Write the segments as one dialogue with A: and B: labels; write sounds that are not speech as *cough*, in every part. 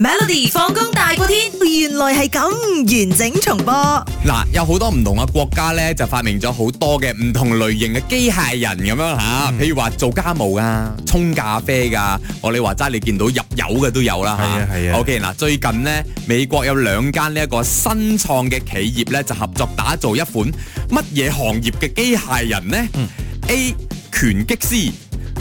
A: Melody 放工大過天，原來係咁完整重播。
B: 嗱，有好多唔同嘅國家咧，就發明咗好多嘅唔同類型嘅機械人咁樣
C: 嗯
B: 吓，譬如話做家務啊、沖咖啡噶，我哋話齋你見到入油嘅都有啦
C: 係啊
B: 吓
C: 係啊
B: OK 嗱，最近呢，美國有兩間呢一個新創嘅企業咧，就合作打造一款乜嘢行業嘅機械人呢
C: 嗯
B: a 拳擊師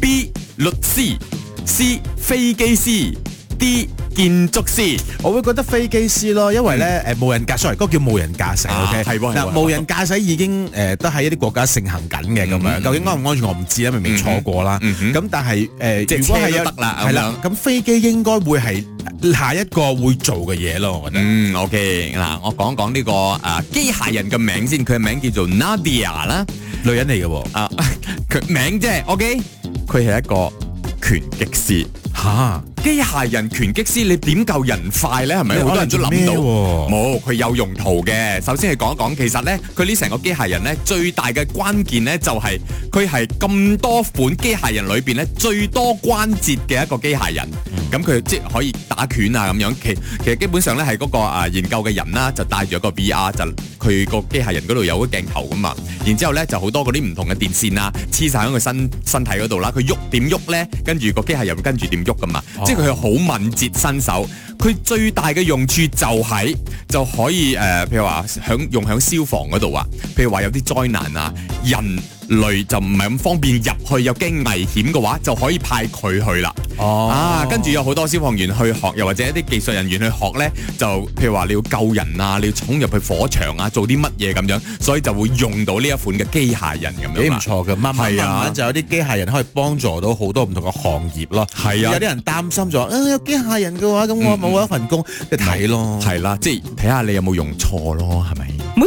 B: ，B 律師，C 飛機師，D 建築師。
C: 我會覺得飛機師咯，因為咧誒無人駕，sorry，嗰個叫無人駕駛
B: 啊
C: ，OK，
B: 係喎係喎
C: 嗱，無人駕駛已經誒都喺一啲國家盛行緊嘅咁
B: 嗯
C: 樣，
B: 嗯
C: 究竟安唔安全我唔知啊，明明錯過啦。
B: 嗯哼
C: 咁但係
B: 即係
C: 誒，如果係有
B: 車都得啦
C: 係啦，咁飛機應該會係下一個會做嘅嘢咯，我覺得。
B: 嗯，OK，嗱，我講講呢個啊機械人嘅名先，佢嘅名叫做 Nadia 啦，
C: 女人嚟嘅喎，
B: 啊， *laughs* 佢名啫，OK，佢係一個拳擊師，
C: 嚇，
B: 機械人拳擊師，你點夠人快咧？係咪？
C: 你
B: 好多人都諗到
C: 可能做咩喎
B: 冇，佢有用途嘅。首先係講一講，其實咧，佢呢成個機械人咧，最大嘅關鍵咧就係佢係咁多款機械人裏邊咧最多關節嘅一個機械人。
C: 嗯
B: 咁佢即係可以打拳啊咁樣，其其實基本上咧係嗰個啊研究嘅人啦，就帶住一個 VR 就佢個機械人嗰度有個鏡頭噶嘛，然之後咧就好多嗰啲唔同嘅電線啊，黐晒喺佢身身體嗰度啦，佢喐點喐咧，跟住個機械人會跟住點喐噶嘛，
C: 哦
B: 即係佢好敏捷身手，佢最大嘅用處就係、就可以誒、呃譬如話響用響消防嗰度啊，譬如話有啲災難啊，人類就唔係咁方便入去，有驚危險嘅話就可以派佢去啦。
C: 哦
B: 啊，跟住有好多消防員去學，又或者一啲技術人員去學呢，就譬如話你要救人啊，你要衝入去火場啊，做啲乜嘢咁樣，所以就會用到呢一款嘅機械人咁
C: 幾
B: 樣
C: 唔
B: 啦。
C: 錯嘅，慢慢
B: 係啊
C: 慢慢就有啲機械人可以幫助到好多唔同嘅行業咯。
B: 係啊
C: 有啲人擔心咗，啊有機械人嘅話，咁我冇一份工，就睇咯。
B: 係啦，即係睇下你有冇用錯咯，係咪？
A: 每